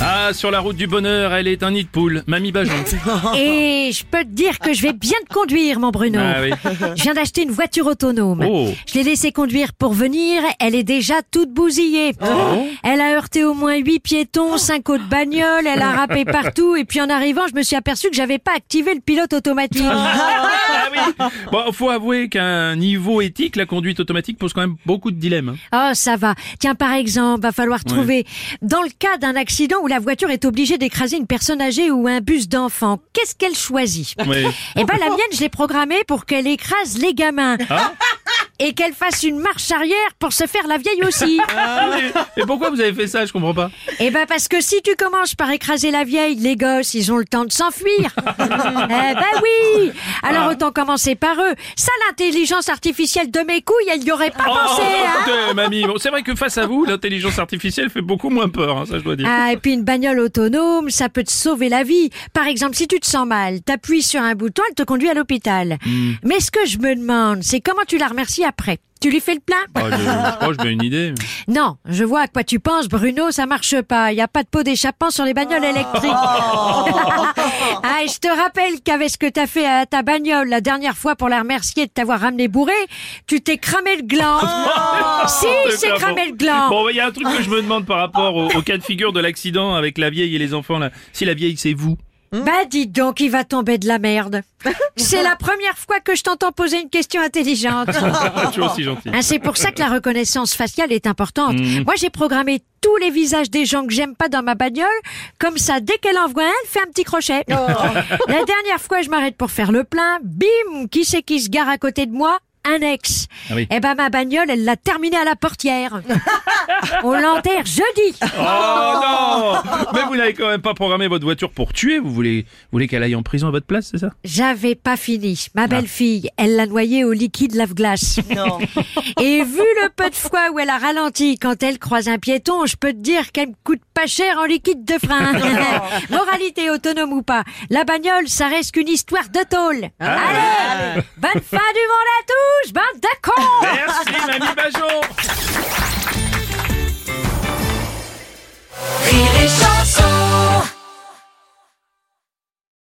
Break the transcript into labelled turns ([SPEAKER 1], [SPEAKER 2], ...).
[SPEAKER 1] Ah, sur la route du bonheur, elle est un nid de poule, Mamie Bajon.
[SPEAKER 2] Oh, Et je peux te dire que je vais bien te conduire, mon Bruno.
[SPEAKER 1] Ah oui.
[SPEAKER 2] Je viens d'acheter une voiture autonome.
[SPEAKER 1] Oh.
[SPEAKER 2] Je l'ai laissée conduire pour venir. Elle est déjà toute bousillée.
[SPEAKER 1] Ah
[SPEAKER 2] Elle a heurté au moins huit piétons, cinq autres bagnoles. Elle a râpé partout. Et puis en arrivant, je me suis aperçu que j'avais pas activé le pilote automatique.
[SPEAKER 1] Ah oui. Bon, faut avouer qu'à un niveau éthique, la conduite automatique pose quand même beaucoup de dilemmes. hein.
[SPEAKER 2] Oh, ça va. Tiens, par exemple, va falloir trouver, dans le cas d'un accident où la voiture est obligée d'écraser une personne âgée ou un bus d'enfants, qu'est-ce qu'elle choisit
[SPEAKER 1] Oui.
[SPEAKER 2] Eh ben, la mienne, je l'ai programmée pour qu'elle écrase les gamins.
[SPEAKER 1] Ah.
[SPEAKER 2] Et qu'elle fasse une marche arrière pour se faire la vieille aussi.
[SPEAKER 1] Ah, mais, mais pourquoi vous avez fait ça Je comprends pas.
[SPEAKER 2] Eh ben, parce que si tu commences par écraser la vieille, les gosses, ils ont le temps de s'enfuir. eh ben oui. Alors, autant commencer par eux. Ça, l'intelligence artificielle de mes couilles, elle n'y aurait
[SPEAKER 1] Oh.
[SPEAKER 2] pas pensé, hein.
[SPEAKER 1] écoutez, mamie, bon, c'est vrai que face à vous, l'intelligence artificielle fait beaucoup moins peur, hein, ça je dois dire.
[SPEAKER 2] Ah, et puis une bagnole autonome, ça peut te sauver la vie. Par exemple, si tu te sens mal, t'appuies sur un bouton, elle te conduit à l'hôpital. Mais ce que je me demande, c'est comment tu la remercies après. Tu lui fais le plein
[SPEAKER 1] Ah, je, je crois que j'ai une idée.
[SPEAKER 2] Non, je vois à quoi tu penses, Bruno, ça marche pas. Il n'y a pas de pot d'échappement sur les bagnoles électriques. ah, et je te rappelle qu'avec ce que t'as fait à ta bagnole la dernière fois pour la remercier de t'avoir ramené bourré, tu t'es cramé le gland. si, c'est
[SPEAKER 1] pas
[SPEAKER 2] cramé
[SPEAKER 1] Ah, bon.
[SPEAKER 2] le gland.
[SPEAKER 1] Oh, Bon, bah, il y a un truc que je me demande par rapport au, au cas de figure de l'accident avec la vieille et les enfants. Là. Si la vieille, c'est vous.
[SPEAKER 2] Bah dis donc, il va tomber de la merde. C'est la première fois que je t'entends poser une question intelligente.
[SPEAKER 1] Ah, toujours aussi gentil.
[SPEAKER 2] Hein, c'est pour ça que la reconnaissance faciale est importante.
[SPEAKER 1] Mm.
[SPEAKER 2] Moi, j'ai programmé tous les visages des gens que j'aime pas dans ma bagnole. Comme ça, dès qu'elle envoie un, elle fait un petit crochet. La dernière fois, je m'arrête pour faire le plein. Bim Qui c'est qui se gare à côté de moi un ex.
[SPEAKER 1] Ah oui.
[SPEAKER 2] Eh ben ma bagnole, elle l'a terminée à la portière. On l'enterre jeudi.
[SPEAKER 1] Oh non Mais vous n'avez quand même pas programmé votre voiture pour tuer, vous voulez, vous voulez qu'elle aille en prison à votre place, c'est ça
[SPEAKER 2] J'avais pas fini. Ma belle-fille, elle l'a noyée au liquide lave-glace.
[SPEAKER 3] Non.
[SPEAKER 2] Et vu le peu de fois où elle a ralenti quand elle croise un piéton, je peux te dire qu'elle me coûte pas cher en liquide de frein. Moralité autonome ou pas, la bagnole, ça reste qu'une histoire de tôle. Allez, bonne fin du monde à tous, bande de cons
[SPEAKER 1] Merci Mamie Bajon
[SPEAKER 3] Rire et chanson